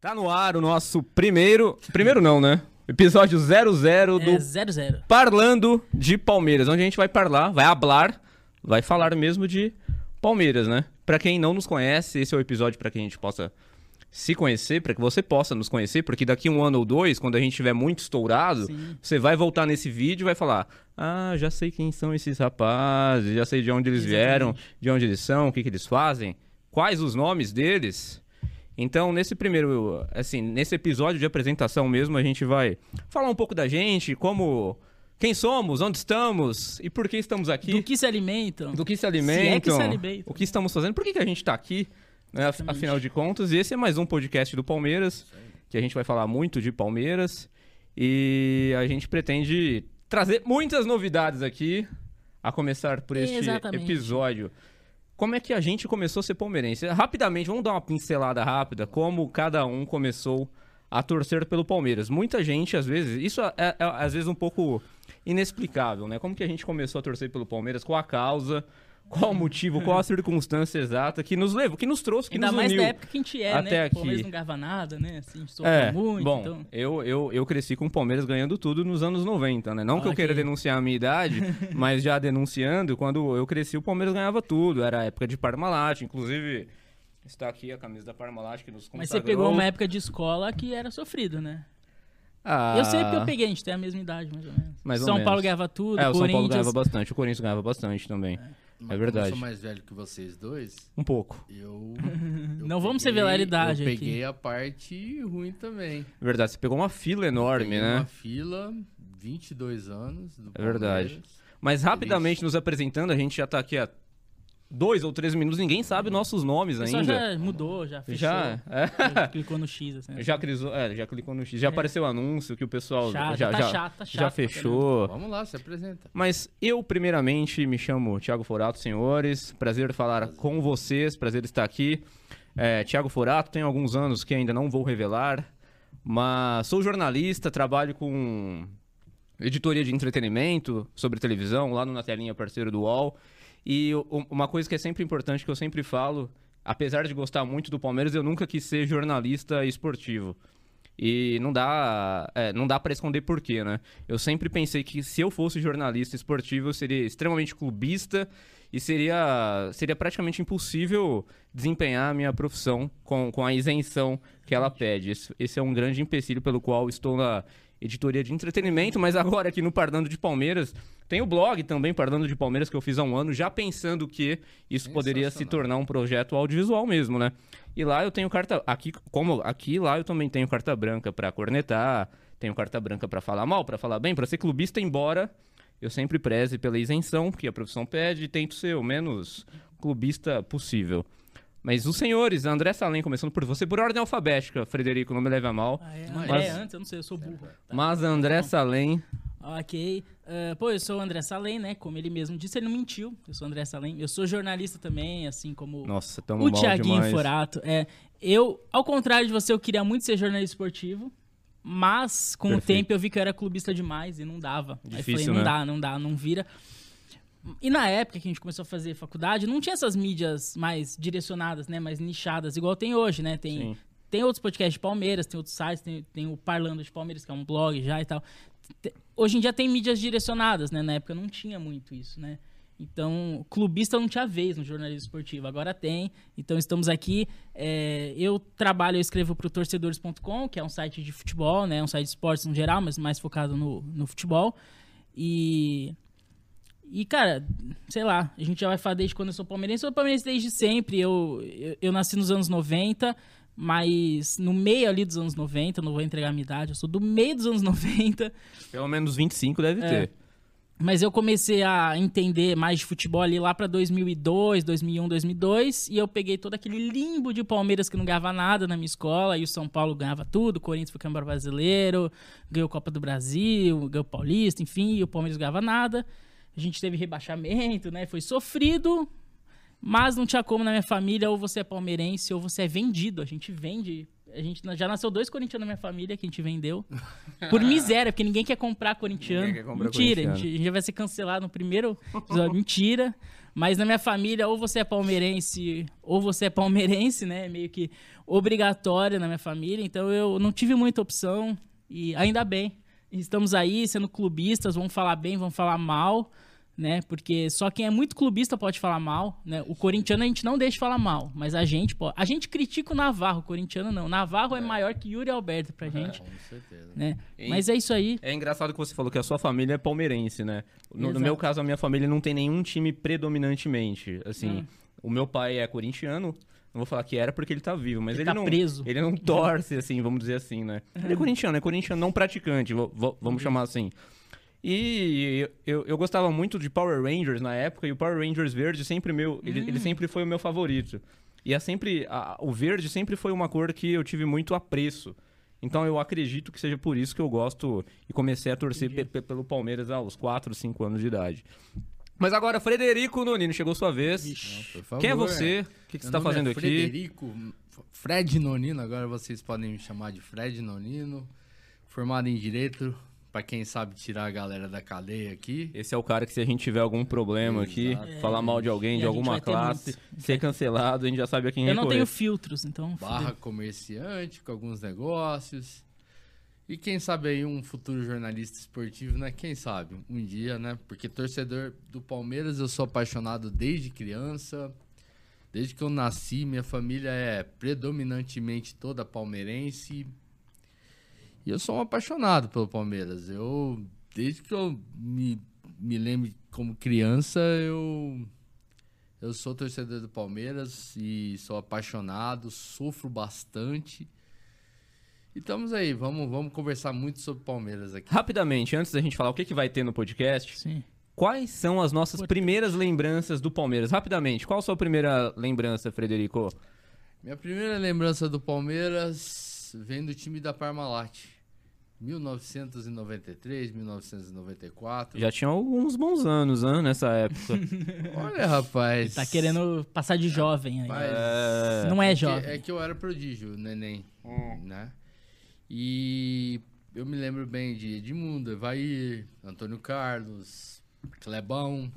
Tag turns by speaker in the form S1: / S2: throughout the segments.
S1: Tá no ar o nosso primeiro. Primeiro não, né? Episódio 00 do
S2: É 0-0.
S1: Parlando de Palmeiras, onde a gente vai falar, vai hablar, vai falar mesmo de Palmeiras, né? Pra quem não nos conhece, esse é o episódio pra que a gente possa se conhecer, pra que você possa nos conhecer, porque daqui um ano ou dois, quando a gente tiver muito estourado, você vai voltar nesse vídeo e vai falar: "Ah, já sei quem são esses rapazes, já sei de onde eles vieram, de onde eles são, o que que eles fazem, quais os nomes deles". Então, nesse primeiro, assim, nesse episódio de apresentação mesmo, a gente vai falar um pouco da gente, como quem somos, onde estamos e por que estamos aqui,
S2: Do que se alimentam?
S1: do que se
S2: Se é que
S1: alimentam,
S2: se alimentam.
S1: o que estamos fazendo, por que, que a gente está aqui, né, af-
S2: Exatamente.
S1: afinal de contas. E esse é mais um podcast do Palmeiras, que a gente vai falar muito de Palmeiras e a gente pretende trazer muitas novidades aqui, a começar por este
S2: Exatamente.
S1: episódio. Como é que a gente começou a ser palmeirense? Rapidamente, vamos dar uma pincelada rápida, como cada um começou a torcer pelo Palmeiras. Muita gente, às vezes, isso é, é, às vezes um pouco inexplicável, né? Como que a gente começou a torcer pelo Palmeiras? Qual a causa? Qual o motivo? Qual a circunstância exata que nos levou, que nos trouxe, que
S2: Ainda
S1: nos
S2: mais
S1: uniu?
S2: da época que a gente é,
S1: até
S2: né?
S1: aqui.
S2: Pelo menos não gava nada, né? Assim, sofreu
S1: É,
S2: muito.
S1: bom,
S2: então...
S1: eu, eu, eu cresci com o Palmeiras ganhando tudo nos anos 90, né? Não que eu
S2: Olha
S1: queira
S2: que-
S1: denunciar a minha idade, mas já denunciando, quando eu cresci o Palmeiras ganhava tudo, era a época de Parmalat, inclusive está aqui a camisa da Parmalat que nos consagrou.
S2: Mas você pegou uma época de escola que era sofrido, né?
S1: Ah,
S2: Eu sei porque eu peguei, a gente tem a mesma idade, mais ou menos.
S1: Mais ou
S2: São
S1: menos.
S2: Paulo ganhava tudo,
S1: É, o
S2: Corinthians. É.
S1: São Paulo ganhava bastante, o Corinthians ganhava bastante também.
S3: Mas
S1: É verdade.
S3: Como eu sou mais velho que vocês dois,
S1: Um pouco.
S3: eu.
S2: Não vamos ser
S3: peguei-
S2: velaridade
S3: Eu
S2: aqui.
S3: peguei a parte ruim também.
S1: É Verdade, você pegou uma fila
S3: Peguei
S1: enorme, né?
S3: Uma fila, 22 anos. do
S1: É verdade.
S3: Palmeiras.
S1: Mas rapidamente nos apresentando, a gente já tá aqui há dois ou três minutos, ninguém sabe nossos nomes
S2: O pessoal
S1: ainda.
S2: já mudou, já fechou.
S1: Já? é.
S2: já Clicou no X, assim. né?
S1: Já, crisou, é, já clicou no X. Já apareceu o anúncio que o pessoal
S2: Chato,
S1: já,
S2: tá
S1: já,
S2: chato, tá
S1: já
S2: chato pra
S1: fechou.
S3: Vamos lá, se apresenta.
S1: Mas eu, primeiramente, me chamo Thiago Forato, senhores. Prazer falar com vocês, prazer estar aqui. É, Thiago Forato, tem alguns anos que ainda não vou revelar, mas sou jornalista, trabalho com editoria de entretenimento sobre televisão, lá no Na Telinha, parceiro do UOL. E u- uma coisa que é sempre importante, que eu sempre falo, apesar de gostar muito do Palmeiras, eu nunca quis ser jornalista esportivo. E não dá, é, não dá para esconder porquê, né? Eu sempre pensei que se eu fosse jornalista esportivo, eu seria extremamente clubista e seria, seria praticamente impossível desempenhar a minha profissão com, com a isenção que ela pede. Esse, esse é um grande empecilho pelo qual estou na editoria de entretenimento, mas agora aqui no Parlando de Palmeiras, tem o blog também, Parlando de Palmeiras, que eu fiz há um ano, já pensando que isso poderia se
S3: Sensacional.
S1: tornar um projeto audiovisual mesmo, né? E lá eu tenho carta. Aqui, como aqui lá eu também tenho carta branca pra cornetar, tenho carta branca pra falar mal, pra falar bem, pra ser clubista, embora eu sempre preze pela isenção que a profissão pede e tento ser o menos clubista possível. Mas os senhores, André Salem, começando por você, por ordem alfabética, Frederico, não me leve a mal.
S2: Ah, é,
S3: Mas-
S2: André, antes, eu não sei, eu sou burro. Tá.
S1: Mas André Salem,
S2: Ok. Ah, pô, eu sou o André Salem, né? Como ele mesmo disse, ele não mentiu. Eu sou o André Salem. Eu sou jornalista também, assim como
S1: nossa, tamo
S2: o
S1: mal
S2: Thiaguinho
S1: demais.
S2: Forato. É, eu, ao contrário de você, eu queria muito ser jornalista esportivo. Mas, com o
S1: Perfeito.
S2: tempo, eu vi que eu era clubista demais e não dava. Aí
S1: Difícil,
S2: falei, não
S1: né?
S2: dá, não dá, não vira. E na época que a gente começou a fazer faculdade, não tinha essas mídias mais direcionadas, né? Mais nichadas, igual tem hoje, né? Tem,
S1: Sim.
S2: tem outros podcasts de Palmeiras, tem outros sites, tem, tem o Parlando de Palmeiras, que é um blog já e tal. Te- Hoje em dia tem mídias direcionadas, né? Na época não tinha muito isso, né? Então, clubista não tinha vez no jornalismo esportivo, agora tem. Então, estamos aqui. É, eu trabalho, eu escrevo para o torcedores.com, que é um site de futebol, né? Um site de esportes no geral, mas mais focado no, no futebol. E e, cara, sei lá, a gente já vai falar desde quando eu sou palmeirense. Eu sou palmeirense desde sempre. Eu, eu, eu nasci nos anos 90, mas no meio ali dos anos 90, eu não vou entregar a minha idade, eu sou do meio dos anos 90.
S1: Pelo menos 25 deve
S2: É.
S1: ter.
S2: Mas eu comecei a entender mais de futebol ali lá pra 2002, 2001, 2002. um, E eu peguei todo aquele limbo de Palmeiras que não ganhava nada na minha escola. E o São Paulo ganhava tudo. O Corinthians foi campeão brasileiro, ganhou Copa do Brasil, ganhou Paulista, enfim. E o Palmeiras ganhava nada. A gente teve rebaixamento, né? Foi sofrido. Mas não tinha como na minha família, ou você é palmeirense ou você é vendido. A gente vende A gente já nasceu dois corintianos na minha família que a gente vendeu. Por miséria, porque ninguém quer comprar corintiano.
S1: Ninguém quer comprar
S2: Mentira,
S1: corintiano.
S2: A, gente, a gente já vai ser cancelado no primeiro episódio. Mentira. Mas na minha família, ou você é palmeirense, ou você é palmeirense, né? É Meio que obrigatório na minha família. Então eu não tive muita opção. E ainda bem. Estamos aí sendo clubistas, vão falar bem, vão falar mal, né? Porque só quem é muito clubista pode falar mal, né? O corintiano a gente não deixa falar mal, mas a gente pode. A gente critica o Navarro, o corintiano não. O Navarro é, maior que Yuri Alberto pra gente,
S3: Com certeza.
S2: né?
S1: E-
S2: Mas é isso aí.
S1: É engraçado que você falou que a sua família é palmeirense, né? No, no
S2: Exato.
S1: meu caso, a minha família não tem nenhum time predominantemente. Assim, o meu pai é corintiano. Não vou falar que era porque ele tá vivo, mas
S2: Ele
S1: ele,
S2: tá
S1: não.
S2: preso.
S1: Ele não torce, assim, vamos dizer assim, né? Ele é corintiano, é corintiano não praticante, vo- vo- vamos chamar assim. E eu, eu gostava muito de Power Rangers na época, e o Power Rangers verde sempre meu, ele,
S2: Hum.
S1: ele sempre foi o meu favorito. E é sempre a- o verde sempre foi uma cor que eu tive muito apreço. Então eu acredito que seja por isso que eu gosto e comecei a torcer pe- pe- pelo Palmeiras aos 4, 5 anos de idade. Mas agora, Frederico Nonino, chegou sua vez.
S3: Por favor.
S1: Quem é você? O que, que você está
S3: Meu nome
S1: fazendo
S3: é
S1: aqui?
S3: Frederico, Fred Nonino, agora vocês podem me chamar de Fred Nonino. Formado em Direito, pra quem sabe tirar a galera da cadeia aqui.
S1: Esse é o cara que se a gente tiver algum problema aqui,
S3: Exatamente.
S1: falar mal de alguém,
S2: É, E
S1: de
S2: a gente
S1: alguma
S2: vai ter
S1: classe, ser cancelado, a gente já sabe a quem
S2: Eu não
S1: recorrer.
S2: tenho filtros, então.
S3: Barra comerciante, com alguns negócios. E quem sabe aí um futuro jornalista esportivo, né? Quem sabe? Um dia, né? Porque torcedor do Palmeiras eu sou apaixonado desde criança. Desde que eu nasci, minha família é predominantemente toda palmeirense. E eu sou um apaixonado pelo Palmeiras. Eu, desde que eu me, me lembro como criança, eu eu sou torcedor do Palmeiras e sou apaixonado, sofro bastante. E estamos aí, vamos, vamos conversar muito sobre Palmeiras aqui.
S1: Rapidamente, antes da gente falar o que, que vai ter no podcast,
S2: Sim.
S1: quais são as nossas
S2: Importante.
S1: primeiras lembranças do Palmeiras? Rapidamente, qual a sua primeira lembrança, Frederico?
S3: Minha primeira lembrança do Palmeiras vem do time da Parmalat. 1993, 1994.
S1: Já tinha alguns bons anos, né, nessa época.
S3: Olha, rapaz.
S2: Tá querendo passar de jovem ainda.
S3: Rapaz,
S2: Não é
S3: que-
S2: jovem.
S3: é que eu era prodígio, neném,
S1: Hum.
S3: né? E eu me lembro bem de Edmundo, Evair, Antônio Carlos, Clebão.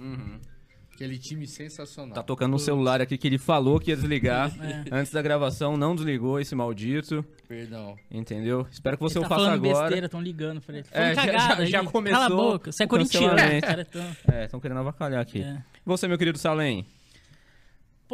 S3: Aquele time sensacional.
S1: Uhum. Tá tocando um celular aqui que ele falou que ia desligar
S2: É.
S1: antes da gravação, não desligou esse maldito,
S3: Perdão.
S1: entendeu? Espero que você
S2: Ele
S1: o
S2: tá
S1: faça
S2: falando
S1: agora.
S2: besteira, tão ligando. Falei, tô
S1: É,
S2: falando
S1: já-
S2: cagada.
S1: já- já
S2: gente.
S1: começou
S2: Cala a boca, você é
S1: o
S2: corintiano.
S1: cancelamento.
S2: cara, tão-
S1: É, estão querendo avacalhar aqui.
S2: É.
S1: E Você, meu querido Salem,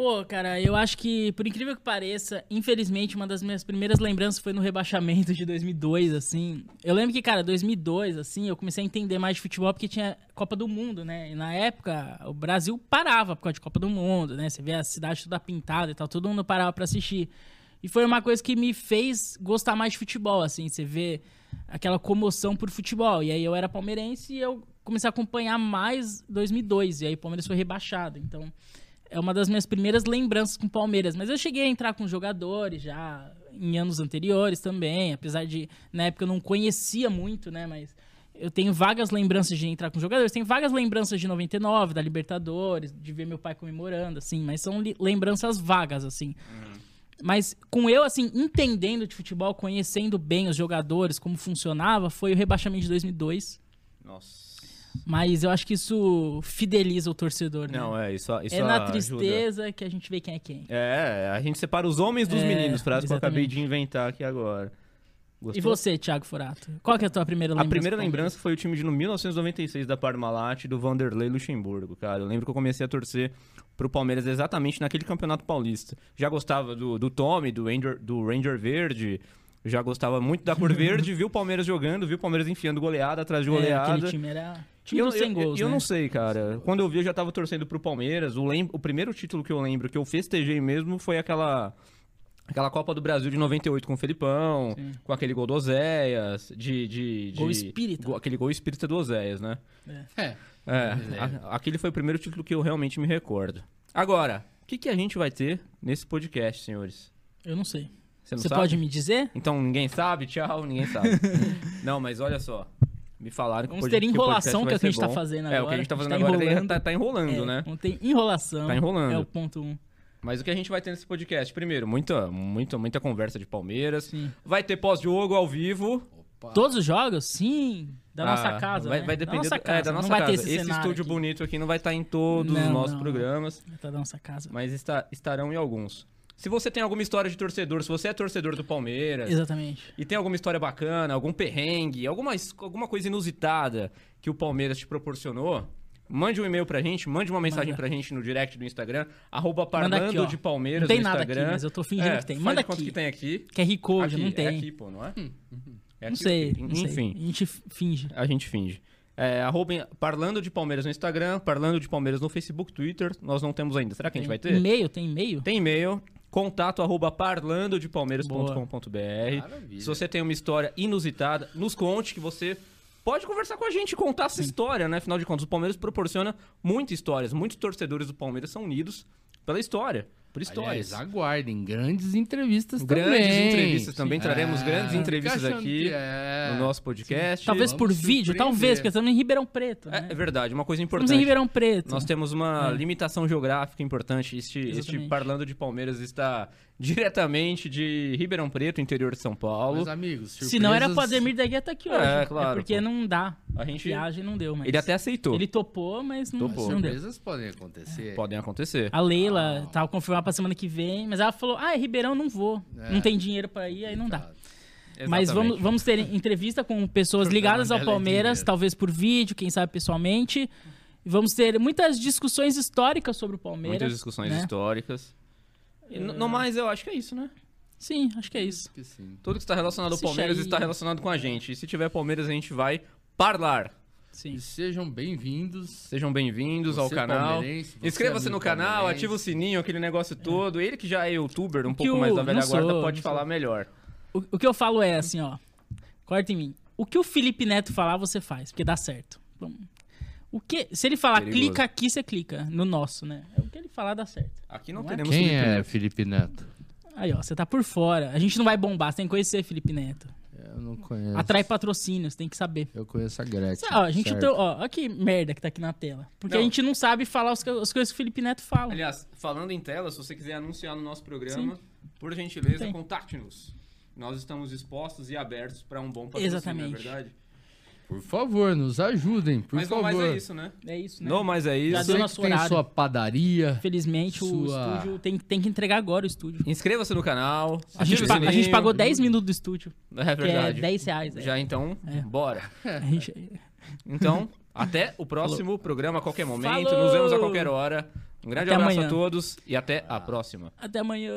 S2: Pô, cara, eu acho que, por incrível que pareça, infelizmente, uma das minhas primeiras lembranças foi no rebaixamento de 2002, assim. Eu lembro que, cara, 2002, assim, eu comecei a entender mais de futebol porque tinha Copa do Mundo, né? E na época, o Brasil parava por causa de Copa do Mundo, né? Você vê a cidade toda pintada e tal, todo mundo parava pra assistir. E foi uma coisa que me fez gostar mais de futebol, assim. Você vê aquela comoção por futebol. E aí eu era palmeirense e eu comecei a acompanhar mais 2002. E aí o Palmeiras foi rebaixado. Então é uma das minhas primeiras lembranças com o Palmeiras. Mas eu cheguei a entrar com jogadores já em anos anteriores também, apesar de na época eu não conhecia muito, né? Mas eu tenho vagas lembranças de entrar com jogadores, tenho vagas lembranças de 99, da Libertadores, de ver meu pai comemorando, assim, mas são li- lembranças vagas, assim. Mas com eu, assim, entendendo de futebol, conhecendo bem os jogadores, como funcionava, foi o rebaixamento de 2002.
S1: nossa.
S2: Mas eu acho que isso fideliza o torcedor, né?
S1: Não, é, isso, isso
S2: é na
S1: ajuda.
S2: tristeza que a gente vê quem é quem.
S1: É, a gente separa os homens dos
S2: É,
S1: meninos, frase que eu acabei
S2: exatamente.
S1: de inventar aqui agora. Gostou?
S2: E você, Thiago Furato? Qual que é a tua primeira
S1: A
S2: lembrança?
S1: primeira
S2: do Palmeiras?
S1: lembrança foi o time de no 1996 da Parmalat do Vanderlei Luxemburgo, cara. Eu lembro que eu comecei a torcer pro Palmeiras exatamente naquele Campeonato Paulista. Já gostava do, do Tommy, do Ranger, do Ranger Verde, já gostava muito da cor verde, viu o Palmeiras jogando, viu o Palmeiras enfiando goleada atrás de
S2: É,
S1: goleada.
S2: aquele time era... Time
S1: eu,
S2: dos 100
S1: eu-
S2: gols,
S1: eu
S2: né?
S1: não sei, cara. Quando eu vi, eu já tava torcendo pro Palmeiras. O, lem- o primeiro título que eu lembro, que eu festejei mesmo, foi aquela aquela Copa do Brasil de 98 com o Felipão,
S2: Sim.
S1: com aquele gol do Oséias, de... de, de
S2: Gol espírita.
S1: go- aquele gol espírita do Oséias, né?
S3: É,
S1: É,
S3: É.
S1: a- aquele foi o primeiro título que eu realmente me recordo. Agora, o que, que a gente vai ter nesse podcast, senhores?
S2: Eu não sei.
S1: Você não
S2: Você
S1: sabe?
S2: pode me dizer?
S1: Então ninguém sabe? Tchau, ninguém sabe. não, mas olha só. Me falaram que o
S2: Vamos
S1: pod-
S2: ter
S1: que o podcast
S2: enrolação, que
S1: vai
S2: é o que a
S1: ser
S2: gente tá
S1: bom. É,
S2: fazendo
S1: o que a
S2: agora.
S1: gente tá
S2: A gente
S1: fazendo
S2: tá
S1: agora tá-
S2: enrolando.
S1: tá, tá enrolando,
S2: É,
S1: né?
S2: Não tem enrolação.
S1: Tá enrolando.
S2: É o ponto 1. Um.
S1: Mas o que a gente vai ter nesse podcast? Primeiro, muita, muita, muita conversa de Palmeiras. Vai ter pós-jogo ao vivo.
S3: Opa.
S2: Todos os jogos? Sim. Da nossa
S1: Ah,
S2: casa.
S1: Vai,
S2: né?
S1: vai depender
S2: da nossa
S1: do-
S2: casa.
S1: é, da nossa
S2: não vai
S1: casa.
S2: ter esse, cenário
S1: estúdio
S2: aqui.
S1: bonito aqui não vai estar em todos os
S2: Não,
S1: nossos
S2: não.
S1: programas,
S2: Tá da nossa casa.
S1: mas está- estarão em alguns. Se você tem alguma história de torcedor, se você é torcedor do Palmeiras
S2: Exatamente.
S1: e tem alguma história bacana, algum perrengue, alguma, es- alguma coisa inusitada que o Palmeiras te proporcionou, mande um e-mail pra gente, mande uma mensagem
S2: Manda.
S1: pra gente no direct do Instagram, arroba
S2: Manda aqui,
S1: parlando
S2: ó.
S1: de Palmeiras
S2: Não tem
S1: no
S2: nada aqui,
S1: Instagram. É,
S2: mas eu tô fingindo que tem.
S1: faz
S2: Manda
S1: de conta
S2: aqui.
S1: que tem aqui.
S2: Que é rico hoje,
S1: Aqui,
S2: não tem. Hum,
S1: É aqui, pô, não é? É
S2: não
S1: aqui,
S2: sei.
S1: enfim.
S2: não sei.
S1: Enfim.
S2: A gente finge.
S1: A gente finge. É, arroba em- Parlando de Palmeiras no Instagram, Parlando de Palmeiras no Facebook, Twitter. Nós não temos ainda. Será que a gente vai ter?
S2: E-mail? Tem e-mail?
S1: Tem e-mail, contato arroba parlandodepalmeiras.com.br.
S3: Maravilha.
S1: Se você tem uma história inusitada, nos conte que você pode conversar com a gente e contar essa história, né? Afinal de contas, o Palmeiras proporciona muitas histórias. Muitos torcedores do Palmeiras são unidos pela história,
S3: é
S1: por histórias.
S3: Aliás, aguardem grandes entrevistas
S1: Grandes
S3: também.
S1: entrevistas também, traremos
S3: É,
S1: grandes
S3: fica
S1: entrevistas
S3: achando
S1: aqui
S3: que é.
S1: no nosso podcast.
S2: Talvez
S3: Vamos
S2: por vídeo,
S3: surpreender.
S2: talvez, porque estamos em Ribeirão Preto, né?
S1: É, é verdade, uma coisa
S2: estamos
S1: importante.
S2: em Ribeirão Preto.
S1: Nós temos uma
S2: É.
S1: limitação geográfica importante. Este, este
S2: Exatamente.
S1: Parlando de Palmeiras está diretamente de Ribeirão Preto, interior de São Paulo.
S3: Mas, amigos,
S2: Se não era
S3: surpresas-
S2: pro Ademir da Guia tá aqui
S1: É,
S2: hoje.
S1: claro,
S2: porque
S1: pô.
S2: não dá.
S1: A gente-
S2: viagem não deu, mas...
S1: Ele até aceitou.
S2: Ele topou, mas não,
S1: Topou.
S2: não deu.
S3: Surpresas podem acontecer.
S1: Podem acontecer.
S2: A Leila
S3: Ah.
S2: tava confirmada pra semana que vem, mas ela falou, ah, é Ribeirão, não vou.
S3: É.
S2: Não tem dinheiro pra ir, aí não dá. Mas
S1: Exatamente.
S2: vamos, vamos ter entrevista com pessoas
S3: Programa
S2: ligadas ao
S3: dela é
S2: Palmeiras,
S3: dinheiro.
S2: talvez por vídeo, quem sabe pessoalmente. E Vamos ter muitas discussões históricas sobre o Palmeiras.
S1: Muitas discussões
S2: né?
S1: históricas. E no, no mais, eu acho que é isso, né?
S2: Sim, acho que é isso.
S3: Acho que sim.
S1: Tudo que está relacionado ao
S2: Assiste
S1: Palmeiras
S2: aí.
S1: está relacionado com a gente. E se tiver Palmeiras, a gente vai parlar.
S2: Sim.
S3: E sejam bem-vindos.
S1: Sejam bem-vindos
S3: Você
S1: ao canal.
S3: palmeirense, você
S1: Inscreva-se no
S3: amigo
S1: canal,
S3: palmeirense.
S1: ativa o sininho, aquele negócio todo. Ele que já é youtuber, um
S2: Que
S1: pouco mais
S2: o-
S1: da velha
S2: não
S1: guarda,
S2: sou,
S1: pode
S2: não
S1: falar melhor.
S2: O, o que eu falo é assim, ó. Corta em mim. O que o Felipe Neto falar, você faz, porque dá certo. Vamos. O que, se ele falar
S1: Perigoso.
S2: clica aqui, você clica. No nosso, né? É O que ele falar dá certo.
S1: Aqui não,
S2: Não é?
S1: teremos
S3: Quem
S1: Felipe
S3: é
S1: Neto.
S3: Felipe Neto?
S2: Aí, ó, você tá por fora. A gente não vai bombar, você tem que conhecer Felipe Neto.
S3: Eu não conheço.
S2: Atrai patrocínio, você tem que saber.
S3: Eu conheço a Gretchen.
S2: Ó, a gente
S3: É certo?
S2: trou- ó, olha que merda que tá aqui na tela. Porque
S1: Não.
S2: a gente não sabe falar os, as coisas que o Felipe Neto fala.
S1: Aliás, falando em tela, se você quiser anunciar no nosso programa, por gentileza,
S2: Tem.
S1: contate-nos. Nós estamos dispostos e abertos para um bom patrocínio,
S2: Exatamente.
S1: não é verdade?
S3: Por favor, nos ajudem, por
S1: Mas não
S3: favor.
S1: mais é isso, né?
S2: É isso, né?
S1: Não mais é
S2: Já
S1: isso.
S2: deu
S3: Você
S2: nosso
S3: que tem
S2: horário.
S3: sua padaria.
S2: Infelizmente, o
S3: Sua-
S2: estúdio tem, tem que entregar agora o estúdio.
S1: Inscreva-se no canal.
S2: A gente,
S1: ative o
S2: pa- a gente
S1: sininho.
S2: pagou 10 minutos do estúdio,
S1: É
S2: que é
S1: verdade.
S2: 10 reais. é.
S1: Já então,
S2: É.
S1: bora.
S2: A gente-
S1: Então, até o próximo programa a qualquer momento.
S2: Falou!
S1: Nos vemos a qualquer hora. Um grande
S2: Até
S1: abraço
S2: amanhã.
S1: a todos e até a próxima.
S2: Até amanhã.